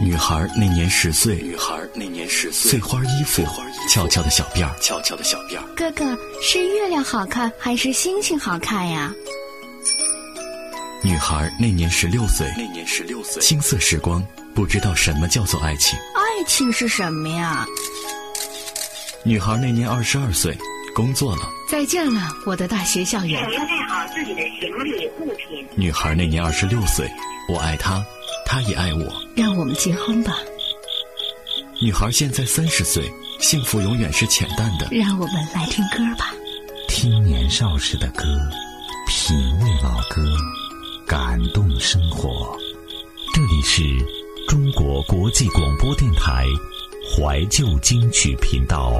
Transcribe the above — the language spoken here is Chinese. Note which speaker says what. Speaker 1: 女孩那年十岁，
Speaker 2: 女孩那年十岁，
Speaker 1: 碎花衣服，翘翘的小辫儿，
Speaker 2: 翘翘的小辫儿。
Speaker 3: 哥哥，是月亮好看还是星星好看呀？
Speaker 1: 女孩那年十六岁，
Speaker 2: 那年十六岁，
Speaker 1: 青涩时光，不知道什么叫做爱情。
Speaker 3: 爱情是什么呀？
Speaker 1: 女孩那年二十二岁，工作了。
Speaker 4: 再见了，我的大学校园。
Speaker 5: 请您带好啊自己的行李物品。
Speaker 1: 女孩那年二十六岁，我爱她，她也爱我。
Speaker 4: 让我们结婚吧，
Speaker 1: 女孩现在三十岁，幸福永远是浅淡的。
Speaker 4: 让我们来听歌吧。
Speaker 6: 听年少时的歌，品味老歌，感动生活。这里是中国国际广播电台怀旧金曲频道。